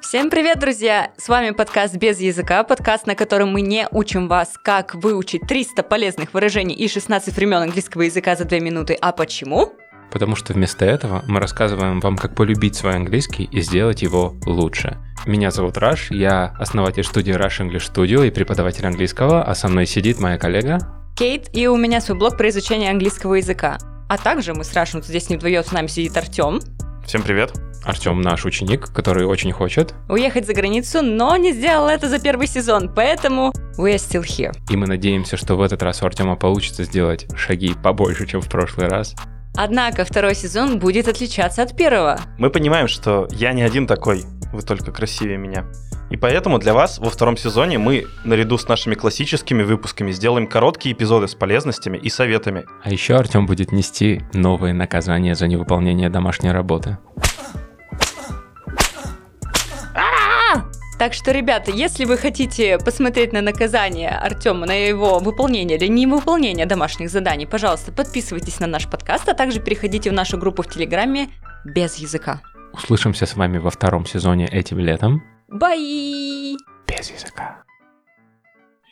Всем привет, друзья! С вами подкаст «Без языка», подкаст, на котором мы не учим вас, как выучить 300 полезных выражений и 16 времен английского языка за 2 минуты. А почему? Потому что вместо этого мы рассказываем вам, как полюбить свой английский и сделать его лучше. Меня зовут Раш, я основатель студии Rush English Studio и преподаватель английского, а со мной сидит моя коллега. Кейт, и у меня свой блог про изучение английского языка. А также мы с Рашем здесь не вдвоем, с нами сидит Артем. Всем привет. Артем наш ученик, который очень хочет, Уехать за границу, но не сделал это за первый сезон, поэтому we are still here. и мы надеемся, что в этот раз у Артема получится сделать шаги побольше, чем в прошлый раз. Однако второй сезон будет отличаться от первого. Мы понимаем, что я не один такой, вы только красивее меня. И поэтому для вас во втором сезоне мы, наряду с нашими классическими выпусками, сделаем короткие эпизоды с полезностями и советами. А еще Артем будет нести новые наказания за невыполнение домашней работы. Так что, ребята, если вы хотите посмотреть на наказание Артема, на его выполнение или невыполнение домашних заданий, пожалуйста, подписывайтесь на наш подкаст, а также переходите в нашу группу в Телеграме без языка. Услышимся с вами во втором сезоне этим летом. Бай! Без языка.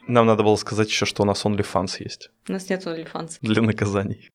Нам надо было сказать еще, что у нас OnlyFans есть У нас нет OnlyFans. для наказаний.